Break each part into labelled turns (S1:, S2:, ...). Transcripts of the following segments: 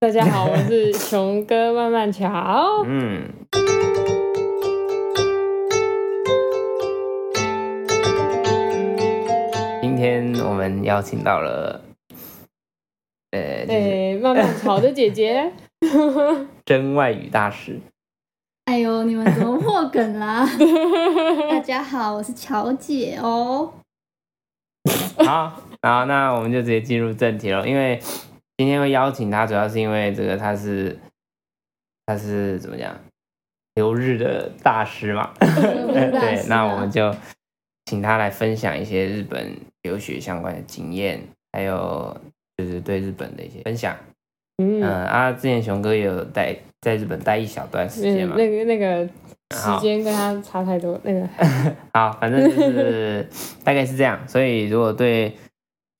S1: 大家好，我 是熊哥慢慢瞧。
S2: 嗯，今天我们邀请到了，呃，就是
S1: 对，哎慢慢瞧的姐姐，
S2: 真外语大师。
S3: 哎呦，你们怎么破梗啦？ 大家好，我是乔姐哦。
S2: 好，好，那我们就直接进入正题了。因为今天会邀请他，主要是因为这个他是他是怎么讲，留日的大师嘛。
S3: 啊
S2: 对，那
S1: 啊
S2: 我们就请他来分享一些日本留学相关的经验，还有就是对日本的一些分享。
S1: 嗯，
S2: 嗯啊，之前熊哥也有待在日本待一小段时间
S1: 嗯
S2: 嘛。
S1: 那个那个时
S2: 好
S1: 间跟他差太多，那 个
S2: 好，反正就是大概是 这样。所以如果对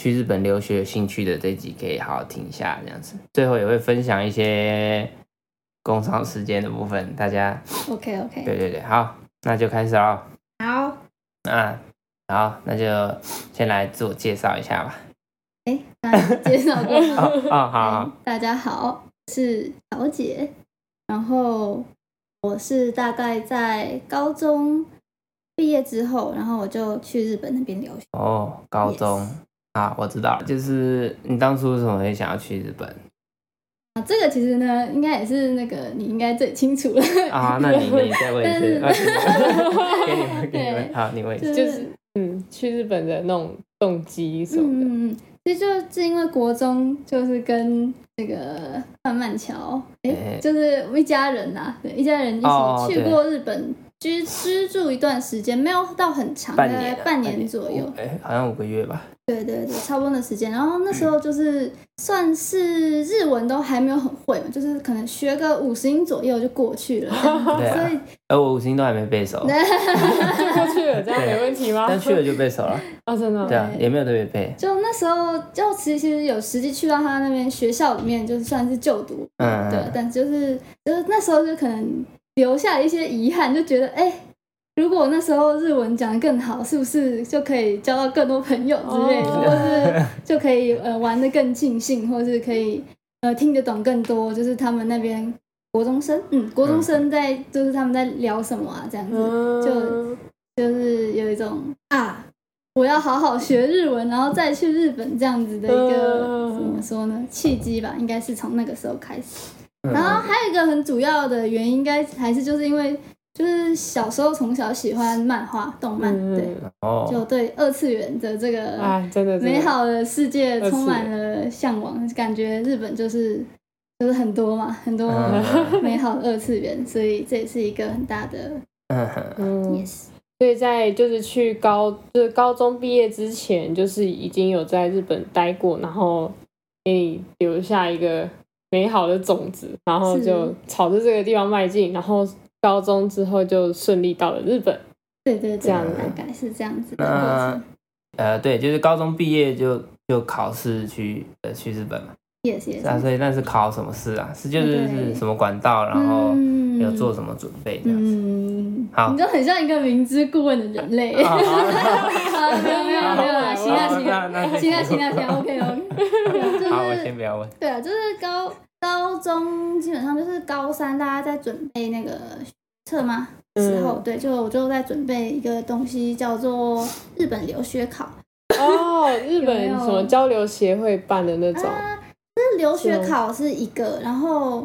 S2: 去日本留学有兴趣的这集，可以好好听一下，这样子。最后也会分享一些工商时间的部分，大家
S3: OK OK，
S2: 对对对，好，那就开始喽。
S3: 好，
S2: 啊，好，那就先来自我介绍一下吧。
S3: 哎，刚才介绍过
S2: 哦
S3: 吗？
S2: 哦， 好好
S3: 哎，大家好，是乔姐。然后我是大概在高中毕业之后，然后我就去日本那边留学。
S2: 哦，高
S3: Yes
S2: 中啊，我知道了，就是你当初为什么会想要去日本
S3: 啊，这个其实呢，应该也是那个你应该最清楚了。
S2: 啊？那你那你再问一次，
S3: 但是
S2: 啊 给你问给你问给你问，
S3: 对
S2: 好，你问一次。
S1: 就是嗯，去日本的那种动机什么的。
S3: 嗯嗯嗯，其实就是因为国中就是跟那个范曼乔，哎、
S2: 哎
S3: 就是我们一家人呐、对，一家人一
S2: 哦
S3: 起去
S2: 对
S3: 过日本居、居住一段时间，没有到很长，大
S2: 半年
S3: 概
S2: 啊，
S3: 半年左右
S2: 五，，哎、好像五个月吧。
S3: 对对对，差不多的时间。然后那时候就是算是日文都还没有很会嘛，就是可能学个五十音左右就过去 了，这样子
S2: 对啊
S3: 所以 啊
S2: 而我五星都还没背熟，
S3: 嗯
S1: 就过去了，这样没问题吗？
S2: 但去了就背熟 了。
S1: 啊，真的
S2: 对
S1: 哦，
S2: 啊，也没有特别背。
S3: 就那时候，就其实有实际去到他那边学校里面，就算是就读，
S2: 嗯
S3: 对，但就是就是那时候就可能留下一些遗憾，就觉得哎、如果那时候日文讲得更好，是不是就可以交到更多朋友之类的，
S1: 哦
S3: 或是就可以呃玩的更尽兴，或是可以呃听得懂更多，就是他们那边国中生，嗯，国中生在、就是他们在聊什么啊，这样子，
S1: 嗯，
S3: 就就是有一种啊，我要好好学日文，然后再去日本这样子的一个、
S1: 嗯
S3: 怎么说呢？契机吧，应该是从那个时候开始。
S2: 嗯
S3: 然后还有一个很主要的原因，应该还是就是因为就是小时候从小喜欢漫画、动漫，
S1: 嗯
S3: 对，就
S2: 哦，
S3: 对二次元的这
S2: 啊
S3: 个
S1: 哎，真的真的
S3: 美好的世界
S1: 二次元
S3: 充满了向往，感觉日本就是就是很多嘛，很多
S2: 嗯
S3: 美好的二次元，所以这也是一个很大的
S2: 嗯
S1: 嗯，
S3: yes。
S1: 所以在就是去高就是高中毕业之前，就是已经有在日本待过，然后给你留下一个美好的种子，然后
S3: 是
S1: 就朝着这个地方迈进，然后高中之后就顺利到了日本。
S3: 对对对，
S1: 这样
S3: 大概是这样子的过
S2: 那
S3: 程。
S2: 呃，对，就是高中毕业就就考试去呃去日本嘛。
S3: Yes yes，
S2: 啊，所以那是考什么试啊？是就是
S3: 对
S2: 是什么管道，然后
S3: 嗯
S2: 有做什么准备这样子。
S3: 嗯，
S2: 好
S3: 你就很像一个明知故问的人类。
S2: 啊
S3: 啊，
S2: 好
S3: 没有没有没有
S1: 好
S3: 啦，行啊
S2: 好
S3: 行
S2: 那
S3: 啊，
S2: 那 就
S3: 行啊行啊行啊，OK OK，
S2: 好，我
S3: 就是
S2: 先不要问。
S3: 对啊，就是高高中基本上就是高三，大家在准备那个学测吗？时候
S1: 嗯
S3: 对，就我就在准备一个东西叫做日本留学考。
S1: 哦， 日本
S3: 有没有
S1: 什么交流协会办的那种，
S3: 啊，就是留学考是一个，然后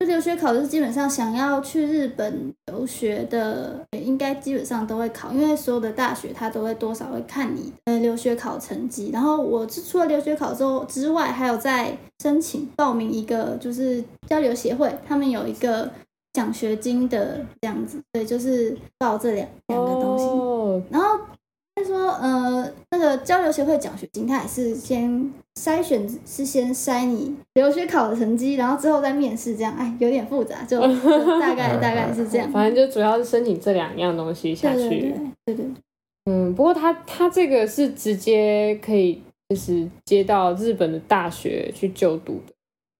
S3: 就留学考就是基本上想要去日本留学的，应该基本上都会考，因为所有的大学它都会多少会看你呃留学考成绩。然后我是除了留学考之后之外，还有在申请报名一个就是交流协会，他们有一个奖学金的这样子，对，就是报这两两个东西。
S1: 哦，
S3: 然后他说，呃，那个交流协会奖学金，他也是先筛选，是先筛你留学考的成绩，然后之后再面试，这样，哎，有点复杂，就就大概大概是这样。
S1: 反正就主要是申请这两样东西下去。
S3: 对对对对对对，
S1: 嗯，不过他他这个是直接可以就是接到日本的大学去就读的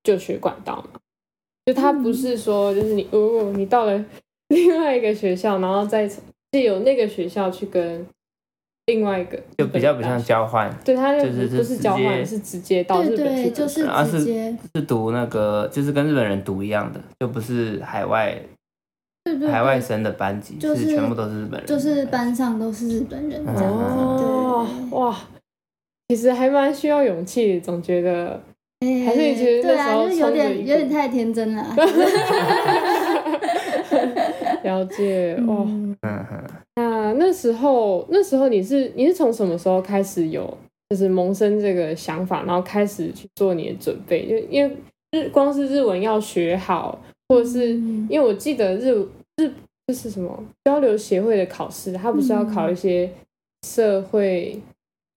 S1: 就学管道嘛，就他不是说就是你哦你 到了另外一个学校，然后再借由那个学校去跟另外一个
S2: 就比较不
S1: 日本的
S2: 像
S1: 大学
S2: 交换，
S1: 对，他就
S2: 就是
S1: 不是交
S2: 直接
S1: 换，是直接到
S3: 对
S1: 日本去
S3: 对，
S1: 读
S3: 就
S1: 书。
S3: 是
S2: 啊
S3: 直接，
S2: 是读那个就是跟日本人读一样的，就不是海外
S3: 对对
S2: 海外
S3: 对，
S2: 生的班级，
S3: 就是
S2: 是全部都是日本人，
S3: 就是班上都是日本人这样
S2: 啊
S3: 子。
S1: 哦
S3: 对，
S1: 哇，其实还蛮需要勇气，总觉得
S3: 哎
S1: 还是你觉得
S3: 对
S1: 那时
S3: 啊，
S1: 候
S3: 就是有
S1: 冲着
S3: 点
S1: 一
S3: 有
S1: 个
S3: 点太天真了啊。
S1: 了解哦哇。
S3: 嗯
S2: 嗯哼，
S1: 那那时候，那时候你是你是从什么时候开始有就是萌生这个想法，然后开始去做你的准备？就因为日光是日文要学好，或者是
S3: 嗯
S1: 因为我记得日日这是什么交流协会的考试，它不是
S3: 嗯
S1: 要考一些社会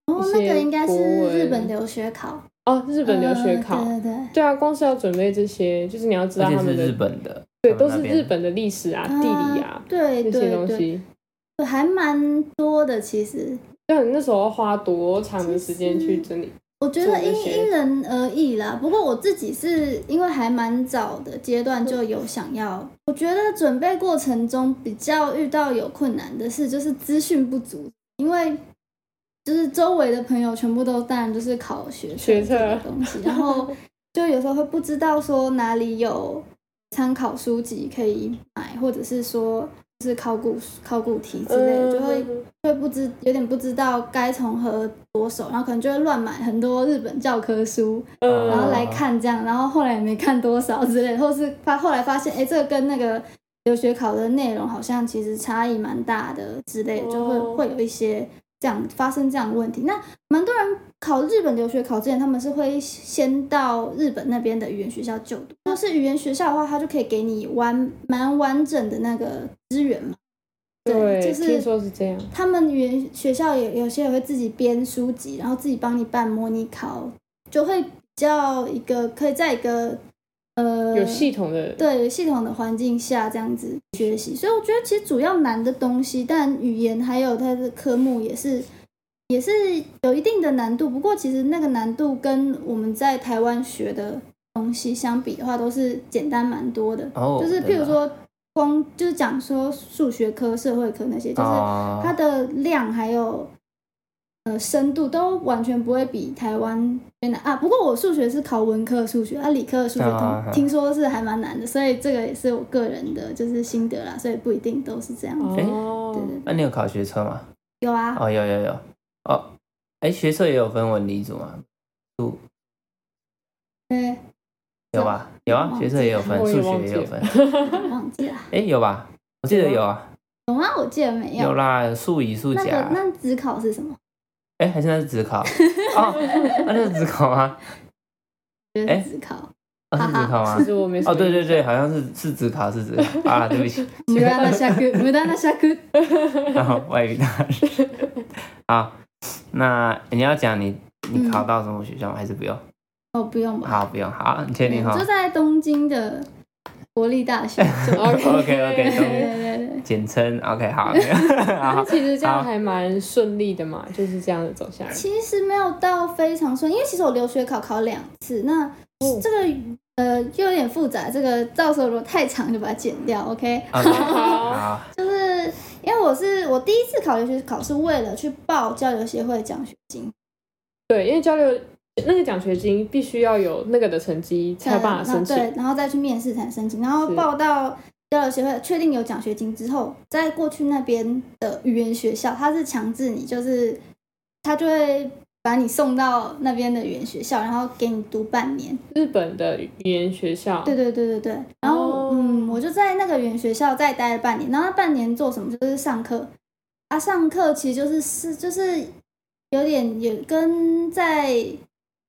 S3: 哦，
S1: 一
S3: 那个
S1: 些
S3: 应该是
S1: 国
S3: 日
S1: 文
S3: 本留学考，
S1: 哦，日
S3: 日
S1: 本留学考。
S3: 呃对对对，
S1: 对啊，光是要准备这些，就是你要知道
S2: 而且
S1: 他
S2: 是
S1: 们
S2: 日
S1: 的
S2: 本的，
S1: 对，
S2: 他们
S1: 都
S2: 那
S1: 是
S2: 边
S1: 日本的历史啊、地理啊
S3: 对
S1: 这
S3: 对
S1: 些东
S3: 对，
S1: 西。
S3: 还蛮多的。其实
S1: 那你那时候要花多长的时间去整理？
S3: 我觉
S1: 做
S3: 得
S1: 这
S3: 因
S1: 些
S3: 因人而异啦。不过我自己是因为还蛮早的阶段就有想要，我觉得准备过程中比较遇到有困难的事就是资讯不足，因为。就是周围的朋友全部都当然就是考学测
S1: 学测
S3: 这个东西，然后就有时候会不知道说哪里有参考书籍可以买，或者是说就是考古考古题之类的，就会
S1: 嗯
S3: 会不知有点不知道该从何着手，然后可能就会乱买很多日本教科书，
S1: 嗯，
S3: 然后来
S2: 哦
S3: 看这样，然后后来也没看多少之类的，或是发后来发现，哎、这个跟那个留学考的内容好像其实差异蛮大的之类的，就会
S1: 哦
S3: 会有一些这样发生这样的问题。那蛮多人考日本留学考之前，他们是会先到日本那边的语言学校就读，如果是语言学校的话，它就可以给你完蛮完整的那个资源嘛。
S1: 对，
S3: 就是
S1: 听说是这样。
S3: 他们语言学校也有些也会自己编书籍，然后自己帮你办模拟考，就会比较一个可以在一个呃
S1: 有系统的，
S3: 对有系统的环境下这样子学习。所以我觉得其实主要难的东西，但语言还有它的科目也是也是有一定的难度。不过其实那个难度跟我们在台湾学的东西相比的话，都是简单蛮多的。
S2: 哦，
S3: 就是譬
S2: 真
S3: 如
S2: 的
S3: 说光就是讲说数学科、社会科那些，就是。
S2: 啊，
S3: 它的量还有呃深度都完全不会比台湾边的啊。不过我数学是考文科的数学，啊理科的数学
S2: 啊啊啊
S3: 听听说是还蛮难的，所以这个也是我个人的就是心得啦，所以不一定都是这样子。对
S1: 哦
S3: 对，对，
S2: 那你有考学车吗？
S3: 有啊，
S2: 哦，有有有，哦，哎，学测也有分文理组吗？组
S3: 对，
S2: 有吧？有啊，学测也有分，
S1: 我也
S2: 数
S1: 忘
S2: 学
S1: 记
S2: 也有分，
S3: 忘记了，
S2: 哎，有吧？我记得有啊，
S3: 有吗？我记得没
S2: 有啦，有数乙、数
S3: 那
S2: 甲
S3: 个，那只考是什么？
S2: 哎，还是那是职 考哦，那就是职考吗？
S3: 就是
S2: 哎
S3: 只考，
S2: 哦，是职考吗
S1: 其？实我没什
S2: 哦，
S1: 么
S2: 对
S1: 印
S2: 对对，
S1: 象，
S2: 好像是是职考，是职考啊，对不 起，
S3: 無駄な尺，無駄な尺。
S2: 然后外语大师。好，那你要讲你你
S3: 嗯
S2: 考到什么学校吗？还是不用？
S3: 哦，不用吧？
S2: 好，不用。好，你确定哈
S3: 就在东京的国立 大学就
S2: ？OK OK，
S3: 对
S2: 懂。
S3: 对对对。
S2: 简称 OK，好， 没有
S1: 那
S2: 好，
S1: 其实这样
S2: 好
S1: 还蛮顺利的嘛，就是这样的走下来。
S3: 其实没有到非常顺，因为其实我留学考考两次，那
S1: 哦
S3: 这个、呃就有点复杂，这个到时候如果太长就把它剪掉，OK？
S2: OK，
S1: 好
S2: 好，
S3: 就是因为我是我第一次考留学考是为了去报交流协会奖学金，
S1: 对，因为交流那个奖学金必须要有那个的成绩才有办法申
S3: 对然后
S1: 请。
S3: 对，然后再去面试才申请，然后
S1: 是
S3: 报到交流协会确定有奖学金之后，再过去那边的语言学校，它是强制你，就是他就会把你送到那边的语言学校，然后给你读半年。
S1: 日本的语言学校，
S3: 对对对对对，然后、
S1: 哦
S3: 嗯，我就在那个语言学校再待了半年，然后那半年做什么？就是上课啊，上课其实就是是就是有点也跟在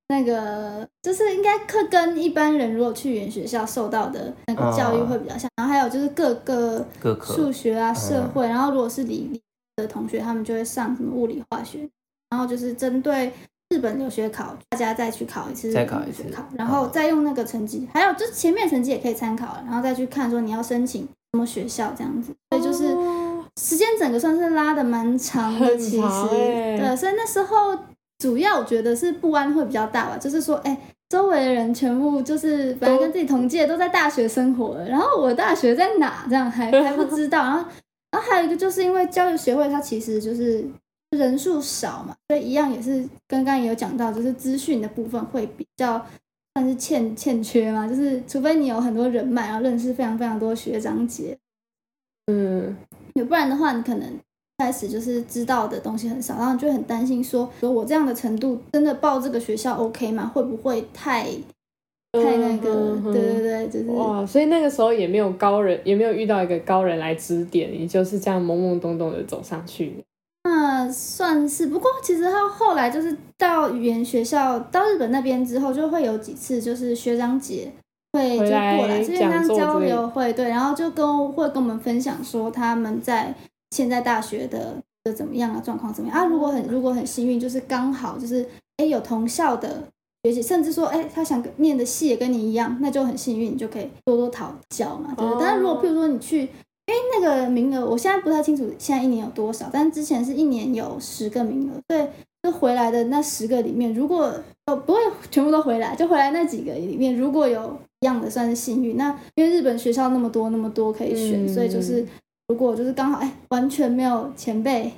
S3: 那个就是应该课跟一般人如果去语言学校受到的那个教育会比较像，然后还有就是各个
S2: 各科
S3: 数学啊、社
S2: 嗯
S3: 会，然后如果是理理的同学，他们就会上什么物理、化学，然后就是针对日本留学考，大家再去考一次，
S2: 再考一次嗯
S3: 考，然后再用那个成绩，还有就是前面成绩也可以参考，然后再去看说你要申请什么学校这样子，所以就是
S1: 哦
S3: 时间整个算是拉的蛮长的，
S1: 很
S3: 其实、
S1: 长欸
S3: 对，所以那时候主要我觉得是不安会比较大吧，就是说，哎、周围的人全部就是本来
S1: 都
S3: 跟自己同届都在大学生活了，然后我的大学在哪，这样还还不知道，然后然后还有一个就是因为教育协会它其实就是人数少嘛，所以一样也是刚刚也有讲到，就是资讯的部分会比较算是欠欠缺嘛，就是除非你有很多人脉，然后认识非常非常多学长姐，
S1: 嗯，
S3: 也不然的话，你可能开始就是知道的东西很少，然后你就会很担心说，说我这样的程度真的报这个学校 OK 吗？会不会太太那个？
S1: 嗯哼
S3: 对对对，就是
S1: 哇，所以那个时候也没有高人，也没有遇到一个高人来指点，你就是这样懵懵懂懂的走上去。
S3: 那算是，不过其实他后来就是到语言学校，到日本那边之后，就会有几次就是学长姐会就
S1: 回
S3: 过
S1: 来
S3: 来这边
S1: 讲
S3: 当
S1: 座之
S3: 交
S1: 类的
S3: 流会，对，然后就跟会跟我们分享说他们在现在大学的的怎么样啊，状况怎么样啊？如果很如果很幸运，就是刚好就是哎有同校的学姐，甚至说哎他想念的系也跟你一样，那就很幸运，你就可以多多讨教嘛，对不对。
S1: 哦
S3: 但是如果譬如说你去那个名额我现在不太清楚，现在一年有多少？但之前是一年有十个名额，对，就回来的那十个里面，如果呃不会全部都回来，就回来那几个里面，如果有一样的算是幸运。那因为日本学校那么多那么多可以选，
S1: 嗯
S3: 所以就是如果就是刚好哎完全没有前辈，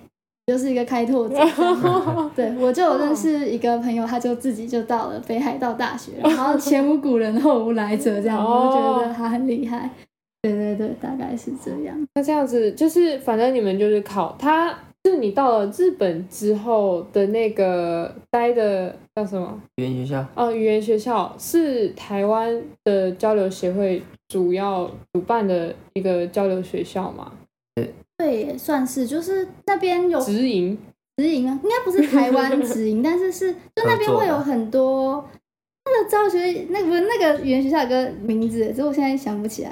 S3: 就是一个开拓者。这样 对我就有认识一个朋友，他就自己就到了北海道大学，然后前无古人后无来者这样，我就觉得他很厉害。对对对，大概是这样。
S1: 那这样子就是，反正你们就是考他，就是你到了日本之后的那个待的叫什么？
S2: 语言学校
S1: 哦，语言学校是台湾的交流协会主要主办的一个交流学校嘛？
S3: 对，也算是，就是那边有直
S1: 直营
S3: 营啊，应该不是台 湾直营，但是是就那边会有很多那个教学，那个不是那个语言学校有个名字，只是我现在想不 起来，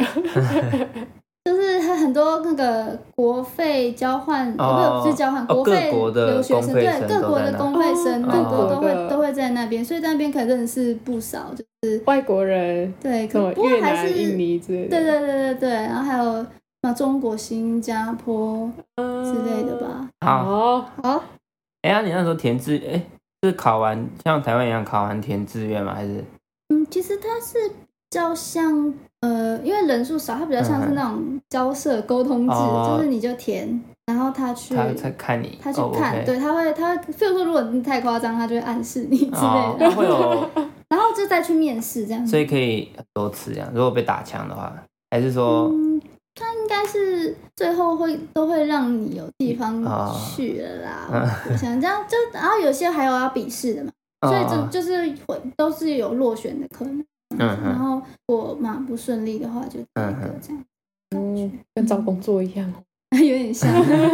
S3: 就是它很多那个国费交换，呃
S2: 哦
S3: 不是不是交换，
S2: 哦
S3: 国费
S2: 各国的
S3: 留学生，
S2: 公费
S3: 对
S2: 生
S3: 各
S2: 都
S3: 国
S2: 在
S3: 的
S2: 那
S3: 公费生
S1: 哦
S3: 很多都
S1: 各国的
S3: 会都会在那边，所以在那边可以认识不少，就
S1: 外国人，
S3: 对，
S1: 什
S3: 可
S1: 么
S3: 不过
S1: 越
S3: 还是
S1: 南、印尼之类的，
S3: 对对对对对，然后还有什么中国、新加坡之
S1: 之
S3: 类的。吧。
S2: 好，
S1: 哦，
S3: 好，
S2: 哎呀，你那时候填志哎是考完像台湾一样考完填志愿吗？还是
S3: 嗯，其实它是比较像呃，因为人数少，它比较像是
S2: 嗯
S3: 那种交涉沟通制，
S2: 哦
S3: 就是你就填，然后他去
S2: 他才看你？
S3: 他去
S2: 哦
S3: 看，
S2: ，OK
S3: 对，他会他会，比如说如果你太夸张，他就会暗示你之类的，
S2: 哦，
S3: 然
S2: 那
S3: 后
S2: 会有，
S3: 然后就再去面试这样子。
S2: 所以可以很多次这样。如果被打枪的话，还是说
S3: 嗯，他应该是最后会都会让你有地方
S2: 哦
S3: 去了啦。
S2: 嗯
S3: 我想这样就，然后有些还有要笔试的嘛，嗯所以就就是会都是有落选的可能。
S2: 哦嗯
S3: 然
S2: 哼
S3: 后我嘛不顺利的话，就那
S2: 嗯
S3: 个
S2: 哼
S3: 这样，
S1: 嗯，跟找工作一 样。
S3: 有 点像。
S2: 嗯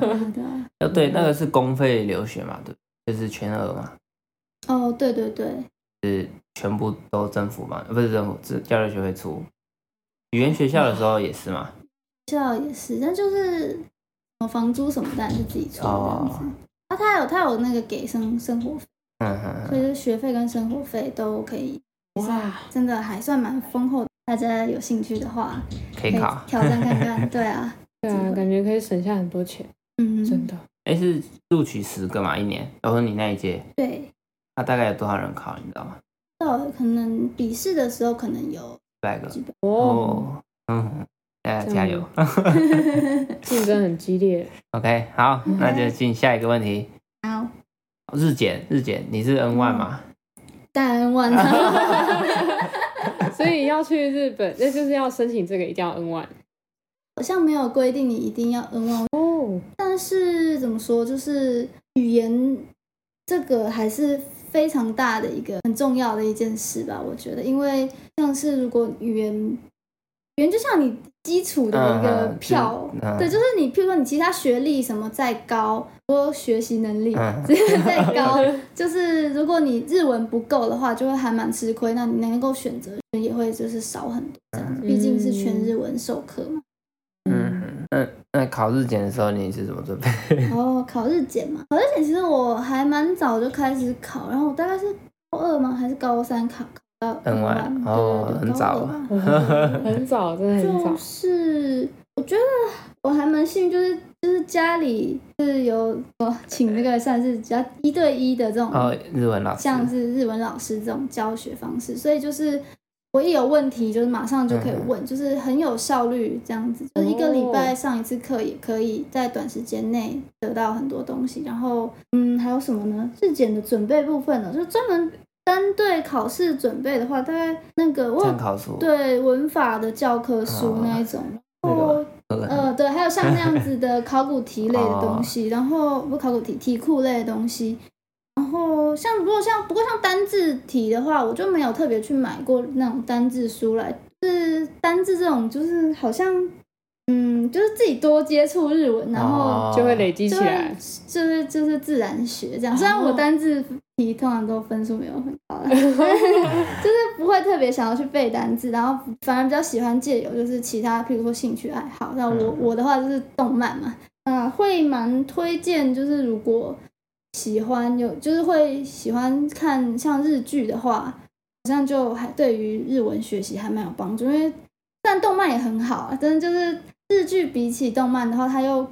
S2: 哼，
S3: 对啊
S2: 哦对，那个是公费留学嘛，对，就是全额嘛。
S3: 哦，对对对，
S2: 是全部都政府嘛？呃不是政府，是交流学会出。语言学校的时候也是嘛？
S3: 校也是，但就是哦房租什么当然是自己出这样子
S2: 哦。
S3: 啊，他有他有那个给生生活费，
S2: 嗯哼
S3: 所
S2: 哼，
S3: 以就是学费跟生活费都可以
S1: 哇，
S3: 真的还算蛮丰厚的。大家有兴趣的话，
S2: 可
S3: 可
S2: 以
S3: 以
S2: 考。
S3: 挑战看看。对 啊，
S1: 对啊，感觉可以省下很多钱，
S3: 嗯，
S1: 真的。
S2: 哎，是录取十个嘛？一年，然后你那一届，
S3: 对。
S2: 那、大概有多少人考？你知道吗？
S3: 到可能笔试的时候可能有，
S2: 一百个。
S1: 哦，
S2: 哦，嗯，大家
S1: 这样
S2: 加油。
S1: 竞争很激烈。
S2: OK，好，
S3: 嗯
S2: 那就进下一个问题。
S3: 好，
S2: 日检，日检，你是 N one 吗？
S3: 但万 了，
S1: 所以要去日本，那就是要申请这个，一定要 N 万
S3: 好像没有规定你一定要呃 N 万，
S1: 哦。
S3: 但是怎么说，就是语言这个还是非常大的一个很重要的一件事吧，我觉得，因为像是如果语言，语言就像你基础的一个
S2: 嗯嗯
S3: 票，
S2: 嗯
S3: 对，就是你，譬如说你其他学历什么再高，说学习能力
S2: 嗯
S3: 再 高，就是如果你日文不够的话，就会还蛮吃亏，那你能够选择也会就是少很多这样子，毕竟是
S1: 嗯
S3: 全日文授课嘛。
S2: 嗯哼，那那考日检的时候你是怎么准备？
S3: 然后哦考日检嘛，考日检其实我还蛮早就开始考，然后我大概是高二吗？还是高三考考到
S2: N1
S3: N1
S2: 哦
S3: 对对对
S2: 很早
S3: 高二吧
S1: 嗯很早，真的很
S3: 就
S1: 早。
S3: 是我觉得我还蛮幸运，就是就是家里是有我请那个算是比较一对一的这种
S2: 哦哦，日文老师。
S3: 像是日文老师这种教学方式，所以就是我我一有问题就是马上就可以
S2: 嗯
S3: 问，就是很有效率这样子，就是一个礼
S2: 哦
S3: 拜上一次课，也可以在短时间内得到很多东西。然后，嗯，还有什么呢？质检的准备部分呢，就是专门单对考试准备的话，大概那个我有
S2: 参考书，
S3: 对文法的教科书那一种，
S2: 那
S3: 然
S2: 个
S3: 后
S2: 呃，
S3: 呃，对，还有像那样子的考古题类的东西，然后不是考古题题库类的东西，然后像如果像不过像单字题的话，我就没有特别去买过那种单字书来，就是单字这种就是好像嗯，就是自己多接触日文，然后
S2: 哦
S1: 就会累积
S3: 就
S1: 起
S3: 会
S1: 来。
S3: 就是就是自然学这样。虽然我
S1: 哦
S3: 单字题通常都分数没有很高啦， 就是不会特别想要去背单字，然后反而比较喜欢借由就是其他，譬如说兴趣爱好。那我、我的话就是动漫嘛，嗯、会蛮推荐，就是如果喜欢有就是会喜欢看像日剧的话，好像就还对于日文学习还蛮有帮助，因为但动漫也很好啊，真的就是日剧比起动漫的话，它又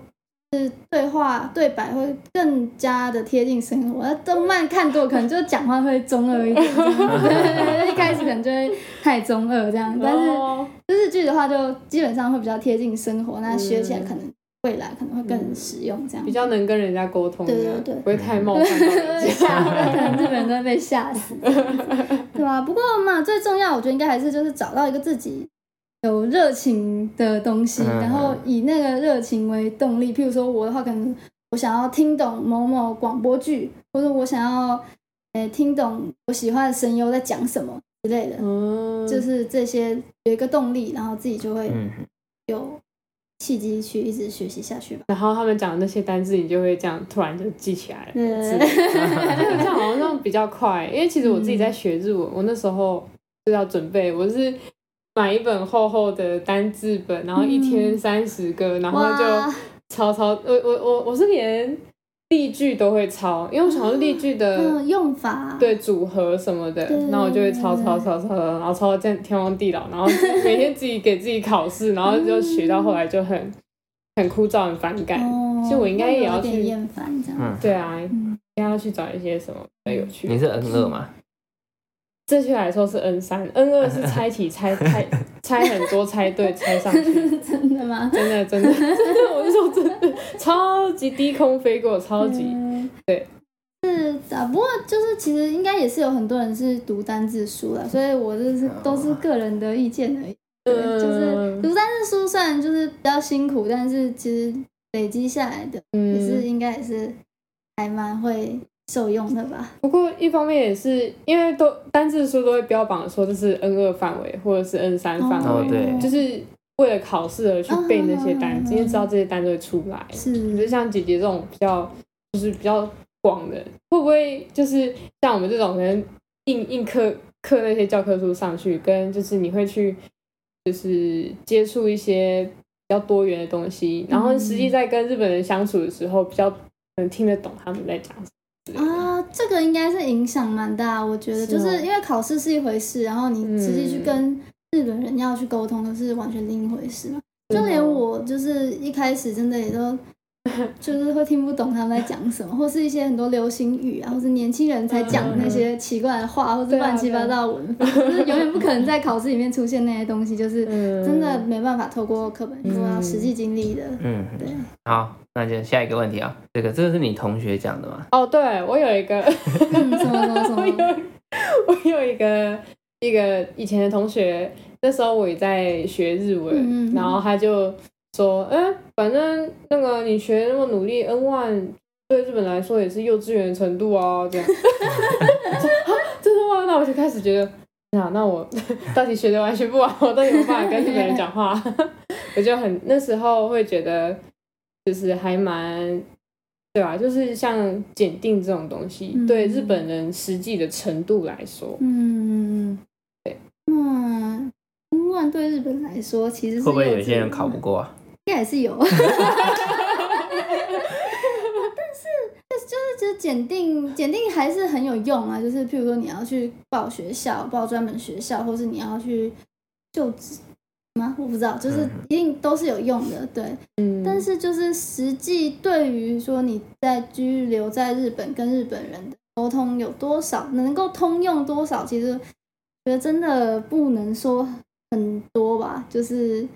S3: 是对话对白会更加的贴近生活。那动漫看多可能就讲话会中二一点，这样 一开始可能就会太中二这样，但是
S1: 哦
S3: 日剧的话就基本上会比较贴近生活，那学起来可能未来可能会更实用这样
S1: 比。较能跟人家沟通，
S3: 对
S1: 这样
S3: 对对
S1: 不会太冒 犯到人
S3: 吓
S1: 家。
S3: 坏，可能日本人都会被 吓死，对吧、不过嘛，最重要，我觉得应该还是就是找到一个自己有热情的东西，
S2: 嗯
S3: 然后以那个热情为动力。譬如说我的话，可能我想要听懂某某广播剧，或者我想要呃听懂我喜欢的声优在讲什么之类的，
S1: 嗯，
S3: 就是这些有一个动力，然后自己就会
S2: 嗯，
S3: 有契机去一直学习下去吧。
S1: 然后他们讲的那些单字，你就会这样突然就记起来了。
S3: 对，
S1: 这样好像比较快，因为其实我自己在学日文，我
S3: 嗯
S1: 那时候就要准备，我是买一本厚厚的单字本，然后一天三十个，然后
S3: 哇
S1: 就抄抄。我我我我是连例句都会抄，因为我想要例句的、
S3: 嗯，用法，
S1: 呃对组合什么的
S3: 对，
S1: 然后我就会抄抄抄抄，然后抄到天天荒地老，然后每天自己给自己考试，然后就学到后来就很很枯燥、很反感。
S3: 哦，
S1: 所以我应该也要
S3: 有点
S1: 去
S3: 厌烦这样。
S2: 嗯
S1: 对啊，
S3: 嗯
S1: 应该要去找一些什么比较有趣的
S2: 你是 N 二吗？
S1: 正确来说是 N 三，N 二是猜题猜猜猜很多猜对猜上 去，
S3: 真的吗？
S1: 真的真的 真的，我是说真的，超级低空飞过，超级、
S3: 嗯
S1: 对。
S3: 是的，不过就是其实应该也是有很多人是读单字书了，所以我就是都是个人的意见而已。对，就是
S1: 嗯
S3: 读单字书虽然就是比较辛苦，但是其实累积下来的也是
S1: 嗯。
S3: 应该也是还蛮会受用的吧。
S1: 不过一方面也是因为都单字书都会标榜说这是 N 二范围或者是 N 三范围，
S2: 哦对
S1: 就是为了考试而去背那些单
S3: 嗯嗯嗯
S1: 词，
S3: 嗯
S1: 因为知道这些单词会出来。可
S3: 是
S1: 是像姐姐这种比较就是比较广的，会不会就是像我们这种可能硬硬刻刻那些教科书上去，跟就是你会去就是接触一些比较多元的东西，然后实际在跟日本人相处的时候，比较能听得懂他们在讲什么。
S3: 啊，这个应该是影响蛮大，我觉得，
S1: 是
S3: 就
S1: 哦
S3: 是因为考试是一回事，然后你实际去
S1: 嗯
S3: 跟日本人要去沟通，就是完全另一回事嘛。就连我就是一开始真的也都 就是会听不懂他们在讲什么，或是一些很多流行语啊，或是年轻人才讲的那些奇怪的话，或是
S1: 对啊
S3: 乱七八糟的文法，
S1: 啊
S3: 就是永远不可能在考试里面出现那些东西，就是
S1: 嗯
S3: 真的没办法透过课本说要实际经历的。
S2: 嗯，
S3: 对，
S2: 好，那就下一个问题啊、这个这个是你同学讲的吗？
S1: 哦，对我有一个，
S3: 嗯，什么什么什
S1: 我有
S3: 么，
S1: 我有一个一个以前的同学，那时候我也在学日文，
S3: 嗯嗯嗯
S1: 然后他就说，嗯、反正那个你学那么努力，N one 对日本来说也是幼稚园的程度啊，这样。 我说啊真的吗？那我就开始觉得，啊那那我 到底学得完学不完？我到底有没有办法跟日本人讲话？ 我就很那时候会觉得，就是还蛮。对吧、就是像检定这种东西，
S3: 嗯
S1: 对日本人实际的程度来说，
S3: 嗯，
S1: 对，
S3: 那。N 万对日本来说，其实是
S2: 会不会有
S3: 幼稚
S2: 些人
S3: 园
S2: 考不过啊？
S3: 应该也是有。但是，就是就是检定，检定还是很有用啊。就是譬如说，你要去报学校，报专门学校，或是你要去就职吗？我不知道，
S2: 嗯
S3: 就是一定都是有用的。对，
S1: 嗯，
S3: 但是就是实际对于说你在居留在日本跟日本人的沟通有多少，能够通用多少，其实觉得真的不能说很多吧，就是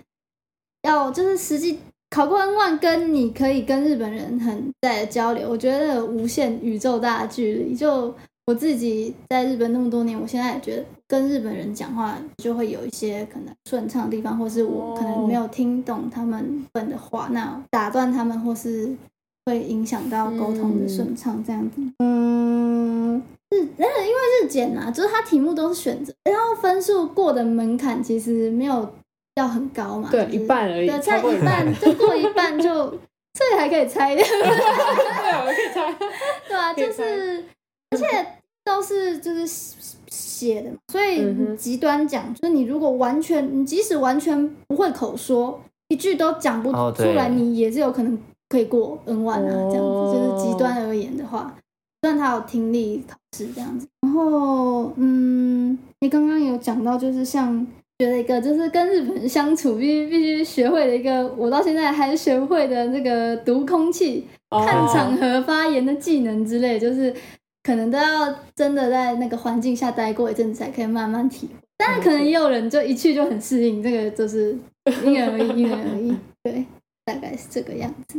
S3: 要就是实际考过 N 万，跟你可以跟日本人很在交流，我觉得有无限宇宙大的距离。就我自己在日本那么多年，我现在也觉得跟日本人讲话就会有一些可能顺畅的地方，或是我可能没有听懂他们本的话，那打断他们或是。会影响到沟通的顺畅，这样子。嗯，日，呃，因为日检啊，就是它题目都是选择，然后分数过的门槛其实没有要很高嘛，
S1: 对，
S3: 就是
S1: 一半而已，
S3: 对，
S1: 超
S3: 在
S1: 过
S3: 一半就过一半就，这还可以猜 的，
S1: 对，啊我可以猜。
S3: 对啊，
S1: 可以
S3: 就
S1: 猜
S3: 是，而且都是就是写的嘛，所以
S1: 嗯哼
S3: 极端讲，就是你如果完全，你即使完全不会口说，一句都讲不
S2: 哦
S3: 出来，
S2: 对
S3: 你也是有可能可以过 N 万啊，这样子，
S1: 哦
S3: 就是极端而言的话，虽然他有听力考试这样子，然后嗯，你刚刚有讲到，就是像。学了一个，就是跟日本人相处必须必须学会的一个，我到现在还学不会的那个读空气，
S1: 哦
S3: 看场合发言的技能之类，就是可能都要真的在那个环境下待过一阵子，才可以慢慢体会。当然，可能也有人就一去就很适应，这个就是因人而异，因人而异。对，大概是这个样子。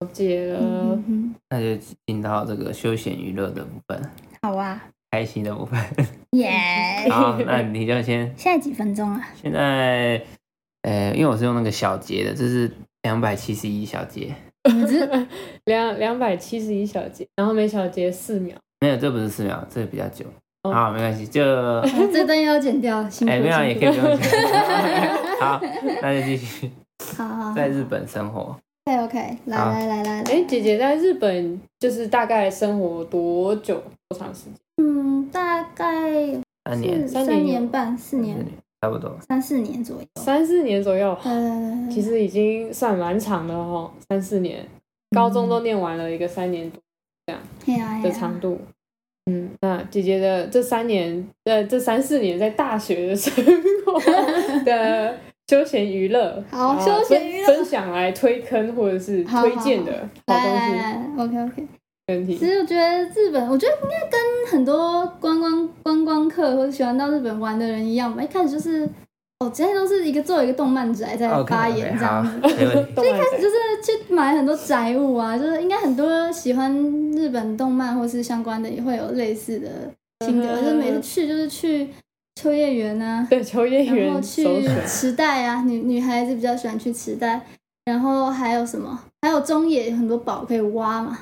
S1: 了解了
S3: 嗯，哼
S2: 那就进到这个休闲娱乐的部分，
S3: 哼好啊，
S2: 开心的部 分。
S3: 耶！
S2: 好，啊那你就先
S3: 嗯现在几分钟啊？
S2: 现在，呃，因为我是用那个小节的，这是两百七十一小节，
S3: 你嗯是
S1: 两两百七十一小节，然后每小节四秒。
S2: 没有，这不是四秒，这个比较久。
S1: 哦
S2: 好，没关系，就
S3: 这段要剪掉，辛苦
S2: 哎，没有也可以不
S3: 辛苦
S2: 用讲。 好，那就继续
S3: 好好好
S2: 在日本生活。
S3: ，OK OK，来
S2: 好
S3: 来来来来，
S1: 哎，姐姐在日本就是大概生活多久？多长时间？
S3: 嗯，大概
S2: 三
S3: 是
S2: 年，嗯
S1: 三年
S3: 三年半、四年、
S2: 差不多。
S3: 三四年左右。
S1: 三四年左右，
S3: 呃，
S1: 其实已经算蛮长的哦，三四年，高中都念完了一个三年多
S3: 嘿呀嘿
S1: 的
S3: 呀
S1: 长度。嗯，那姐姐的这三年，呃，这三四年在大学的生 活的休闲娱乐，
S3: 好
S1: 然后
S3: 休闲
S1: 分
S3: 娱乐
S1: 分享来推坑或者是
S3: 好
S1: 推荐的好
S3: 来
S1: 东
S3: 来
S1: 西，
S3: 来，OK OK。
S1: 问
S3: 其
S1: 题。
S3: 实我觉得日本，我觉得应该跟很多观光观光客或者喜欢到日本玩的人一样吧，一开始就是哦，这些都是一个做一个动漫宅在
S2: OK，
S3: 发言这
S2: 好，
S3: 样子。
S2: 哦没问 题。
S1: 动漫宅
S3: 就是去买很多宅物啊，就是应该很多喜欢日本动漫或是相关的也会有类似的心得。
S1: 嗯
S3: 就是每次去就是去秋叶原啊，
S1: 对球业
S3: 然后
S1: 员
S3: 去
S1: 首选，
S3: 池袋啊，女女孩子比较喜欢去池袋，然后还有什么？还有中野有很多宝可以挖嘛，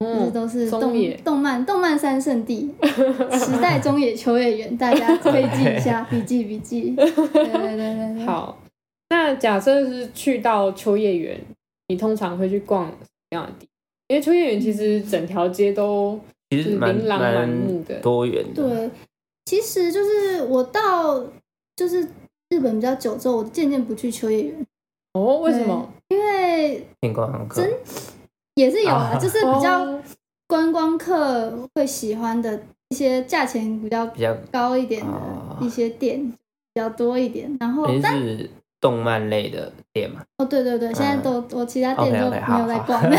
S3: 就是
S1: 嗯，
S3: 都是
S1: 中
S3: 动
S1: 野
S3: 动漫动漫三 圣地，池袋、中野、秋叶原，大家可以记一下，笔记笔记。对对对对对。
S1: 嗯好。那假设是去到秋叶原，你通常会去逛什么样的地？因为秋叶原其
S3: 嗯
S1: 实整条街都
S2: 其实蛮
S1: 琳琅满目
S2: 蛮
S1: 的
S2: 多元的。
S3: 对，其实就是我到就是日本比较久之后，我渐渐不去秋叶原，
S1: 哦，为什么？
S3: 因为
S2: 天光航空，
S3: 也是有啊，
S2: 啊
S3: 就是比较
S1: 哦
S3: 观光客会喜欢的一些价钱比较
S2: 比较
S3: 高一点的
S1: 啊
S2: 哦
S3: 一些店比较多一点，然后
S2: 也
S3: 但
S2: 是动漫类的店嘛。
S3: 哦对对对，现在都我其他店都
S2: 嗯 OK，OK，好
S3: 没有在
S2: 好
S3: 逛了，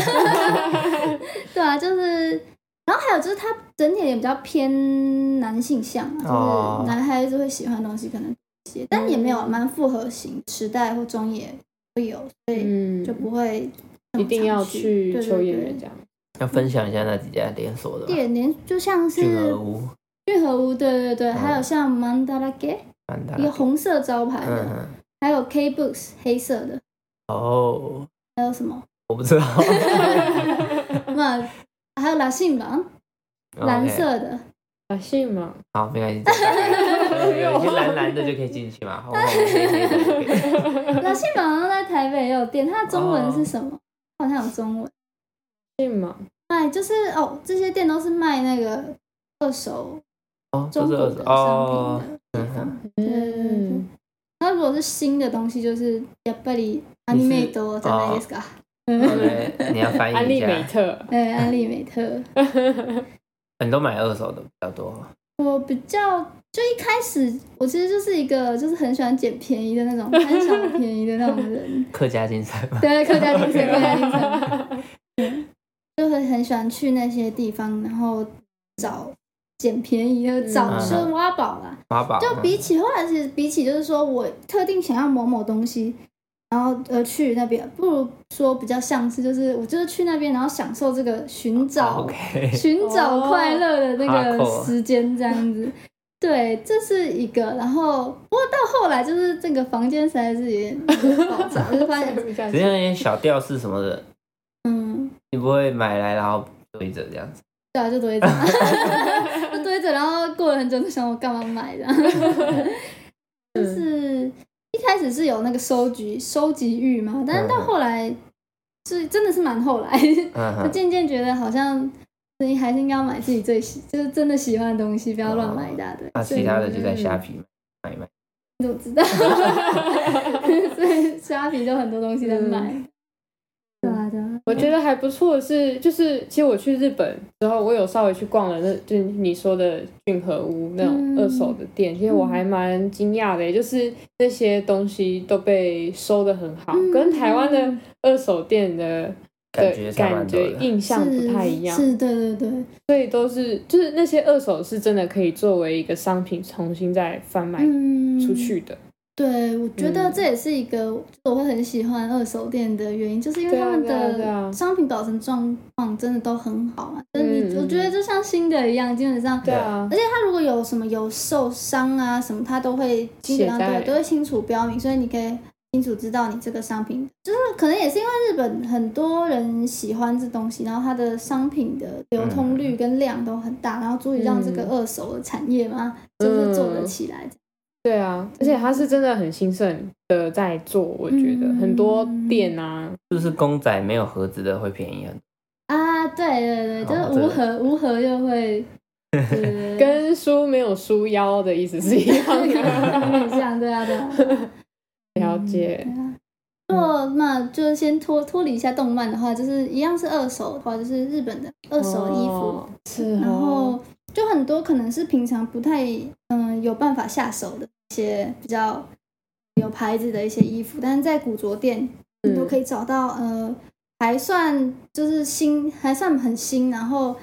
S3: 对啊，就是。然后还有就是它整体也比较偏男性向嘛，
S2: 哦
S3: 就是男孩子会喜欢的东西可能多一些，但也
S1: 嗯
S3: 没有蛮复合型，时代或中野会有，所以
S1: 嗯
S3: 就不会那么
S1: 一定要
S3: 常
S1: 去
S3: 对
S1: 秋叶
S3: 对
S1: 原
S3: 对
S1: 这样。
S2: 要分享一下那几家连锁的吧。
S3: 店连就像是
S2: 俊儿屋、嗯
S3: 运河屋，对对对，还有像 Mandala g a
S2: 曼达
S3: t 一个红色招牌
S2: 嗯
S3: 的，
S2: 嗯，
S3: 还有 K Books 黑色的，
S2: 哦，
S3: 还有什么？
S2: 我不知道，
S3: 那还有拉信郎蓝
S2: OK，
S3: 色 的，
S1: 啊，信吗？
S2: 好，没关系，这大 概有
S3: 啊
S2: 一些蓝蓝的就可以进去嘛。好，我
S3: 拉信郎好像在台北也有店，它的中文是
S2: 哦
S3: 什么？好像有中文。
S1: 信吗？
S3: 卖就是哦，这些店都是卖那个二手
S2: 哦，
S3: 中
S2: 都
S3: 古
S2: 是二
S3: 的
S2: 十
S3: 商
S2: 哦，
S3: 品的地方。
S1: 嗯，
S3: 那、如果是新的东西，就是やっぱりアニメとじゃ
S2: 哦
S3: ないですか。
S2: OK，你要翻
S1: 嗯 安
S2: 译一
S1: 利
S2: 下，
S1: 美 特，
S3: 对，哎安利美特。
S2: 很多买二手的比 较多。
S3: 我比较就一开始，我其实就是一个就是很喜欢捡便宜的那种贪小便宜的那种 人。
S2: 客家精神嘛，
S3: 对，客家精神，客家精神，就会很喜欢去那些地方，然后找捡便宜的找
S2: 嗯
S3: 就是挖宝啦。
S2: 妈宝啊
S3: 就比起后来，其实比起就是说我特定想要某某东西，然后呃去那边，不如说比较像是就是我就是去那边，然后享受这个寻找
S2: 啊 OK，
S3: 寻找快乐的那
S2: 哦
S3: 个时间这样子。对，这是一个。然后不过到后来就是这个房间实在是有点爆炸，就是发 现
S1: 比较
S2: 只是那些小吊饰什么的，
S3: 嗯，
S2: 你不会买来然后堆着这样子。
S3: 对啊，就堆着， 就堆着，然后过了很久就想我干嘛 买的，就是一开始是有那个收集收集欲嘛，但是到后来是真的是蛮后来， 就
S2: 嗯哼，
S3: 渐渐觉得好像你还是应该要买自己最喜，就是真的喜欢的东西，不要乱买一大堆。
S2: 哦那
S3: 所
S2: 啊其
S3: 以
S2: 他的就在虾
S1: 嗯
S2: 皮买一买。
S3: 你怎么 知道？所以虾皮就很多东西
S2: 嗯
S3: 在卖。对啊，对啊，
S1: 我觉得还不错的是，就是其实我去日本之后，我有稍微去逛了那，就是你说的俊和屋那种
S3: 嗯
S1: 二手的店，其实我还蛮惊讶的，就是那些东西都被收的很好，
S3: 嗯
S1: 跟台湾的二手店的。
S2: 感觉
S1: 的
S2: 差蛮
S1: 感
S2: 多的
S1: 觉印象不太一样，
S3: 是，是对对对，
S1: 所以都是就是那些二手是真的可以作为一个商品重新再贩卖
S3: 嗯，
S1: 出去的，
S3: 对，我觉得
S1: 嗯
S3: 这也是一个我会很喜欢二手店的原因，就是因为
S1: 对
S3: 他
S1: 啊
S3: 们
S1: 对啊对啊
S3: 的商品保存状况真的都很好啊。就是你，
S1: 嗯
S3: 我觉得就像新的一样，基本上
S1: 对啊，
S3: 它如果有什么有受伤啊什么，它都会基本上
S1: 写在
S3: 对都会清楚标明，所以你可以清楚知道你这个商品。就是可能也是因为日本很多人喜欢这东西，然后它的商品的流通率跟量都很大，然后足以让这个
S1: 嗯
S3: 二手的产业嘛，就是做得起来。
S1: 对啊，而且它是真的很兴盛的在做，我觉得、
S3: 嗯
S1: 很多店啊，
S2: 就是公仔没有盒子的会便宜很多。
S3: 啊，对对对，就
S2: 哦
S3: 是无核无核又会，对对对
S1: 跟书没有书腰的意思是一样
S3: 很
S1: 的。
S3: 像，对啊对啊，对啊
S1: 了解，嗯
S3: 对啊。如果那就是先脱脱离一下动漫的话，就是一样是二手的话，就是日本的二手衣服，
S1: 哦是哦，
S3: 然后就很多可能是平常不太嗯、有办法下手的一些比较有牌子的一些衣服，但是在古着店你都可
S1: 以，
S3: 以找到，呃，还算就是新，还算很新，然后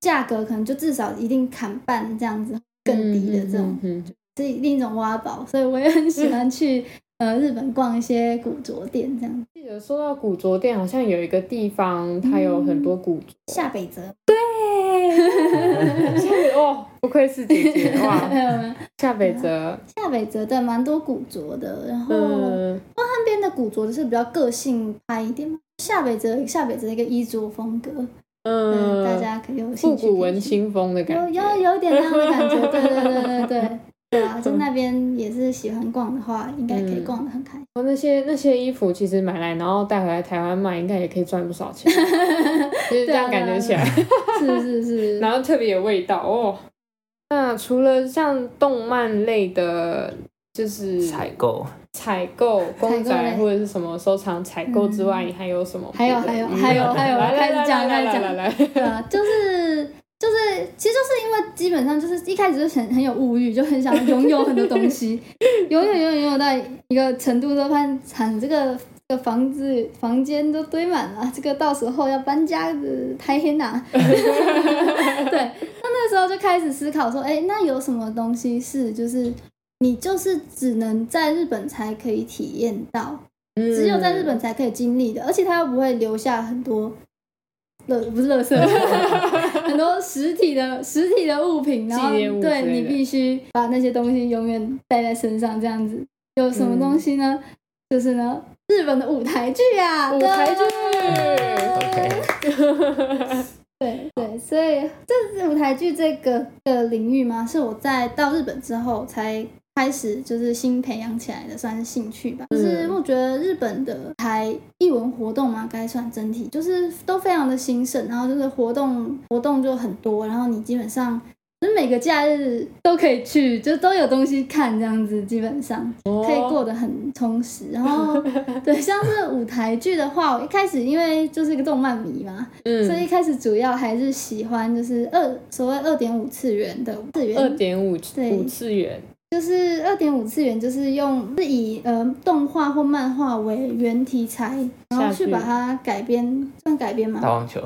S3: 价格可能就至少一定砍半这样子，更低的这种，
S1: 嗯，嗯嗯
S3: 这是另一种挖宝，所以我也很喜欢去呃日本逛一些古着店这样。
S1: 记得说到古着店，好像有一个地方，它有很多古着。
S3: 下北泽，嗯
S1: 哦，不愧是姐姐 哇！夏北泽，
S3: 下北泽对，蛮多古着的，然后那
S1: 嗯，
S3: 边的古着就是比较个性派一点嘛。下北泽，下北泽的一个衣着风格，
S1: 嗯，
S3: 嗯，大家可以有兴
S1: 复
S3: 趣可以
S1: 古文
S3: 去
S1: 青风的
S3: 有
S1: 感觉，
S3: 有有点那样的感觉，对对对对 对对啊！就那边也是喜欢逛的话，应该可以逛得 很开心。
S1: 哦，那些那些衣服其实买来然后带回来台湾卖，应该也可以赚不少钱，就是
S3: 啊
S1: 这样感觉起来。
S3: 是是是，
S1: 然后特别有味道哦。那除了像动漫类的，就是
S2: 采购
S1: 采购公
S3: 采购
S1: 仔
S3: 类
S1: 或者是什么收藏采购之外，
S3: 嗯
S1: 你还有什么别
S3: 还
S1: 的
S3: 有
S1: 娱乐？
S3: 还有还有还有
S1: 来
S3: 开始
S1: 来来
S3: 讲开始
S1: 来
S3: 讲
S1: 来来来
S3: 对啊，就是就是，其实就是因为基本上就是一开始就是很很有物欲，就很想拥有很多东西，永远永远拥有到一个程度之后，发现惨这个。这个房子房间都堆满了，这个到时候要搬家的太黑呐、 对，那那时候就开始思考说，哎，那有什么东西是就是你就是只能在日本才可以体验到，
S1: 嗯
S3: 只有在日本才可以经历的，而且它又不会留下很多乐不是乐色， 很多实体的实体的物品，然后
S1: 纪念物之类
S3: 对
S1: 的
S3: 你必须把那些东西永远带在身上，这样子有什么
S1: 嗯
S3: 东西呢？就是呢，日本的舞台剧啊，
S1: 舞台剧
S3: 对。
S2: ，OK，
S1: 嗯
S3: 对对，所以这是舞台剧这个的领域嘛，是我在到日本之后才开始就是新培养起来的，算是兴趣吧。就是我觉得日本的台艺文活动嘛，该算整体就是都非常的兴盛，然后就是活动活动就很多，然后你基本上。就是每个假日都可以去，就都有东西看，这样子基本上。
S1: 哦
S3: 可以过得很充实。然后，对，像是舞台剧的话，我一开始因为就是一个动漫迷嘛，
S1: 嗯
S3: 所以一开始主要还是喜欢就是二所谓二点五次元的次
S1: 二
S3: 元，
S1: 点五
S3: 对
S1: 五次元，
S3: 就是二点五次元就是用是以呃动画或漫画为原题材，然后
S1: 下去
S3: 去把它改编，算改编嘛，
S2: 打网球，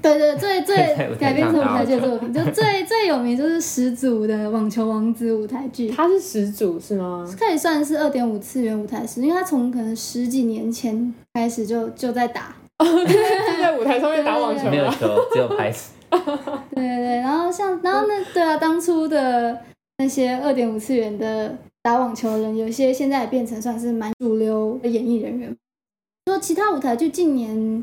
S3: 对 对，最最
S2: 在舞台上
S3: 改编成舞台剧的
S2: 打
S3: 作品，就最最有名就是十足的网球王子舞台剧，
S1: 他是始祖是吗？
S3: 可以算是二点五次元舞台史，因为他从可能十几年前开始就就在打，
S1: 就在舞台上面打网球
S2: 没有
S1: 吗？
S2: 球，只有拍 子。
S3: 对对对，然后像然后那对啊，当初的那些二点五次元的打网球的人，有一些现在也变成算是蛮主流的演艺人员。说其他舞台剧近年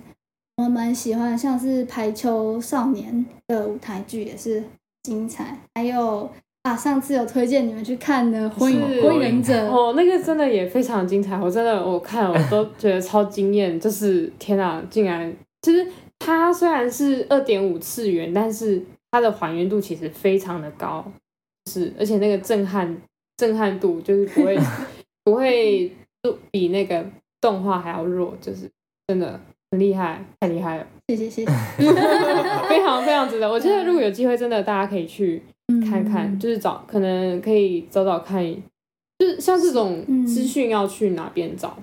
S3: 我蛮喜欢，像是《排球少年》的舞台剧也是精彩，还有啊上次有推荐你们去看的《火影
S1: 是
S3: 火影忍者》，
S1: 哦，那个真的也非常精彩，我真的我看了我都觉得超惊艳，就是天啊，竟然其实它虽然是二点五次元，但是它的还原度其实非常的高，就是而且那个震撼震撼度就是不会 不会比那个动画还要弱，就是真的很厉害，太厉 害了，
S3: 谢谢谢谢，
S1: 非常非常值得。我觉得如果有机会，真的大家可以去
S3: 嗯
S1: 看看，就是找可能可以找找看，就是像这种
S3: 嗯
S1: 资讯要去哪边找。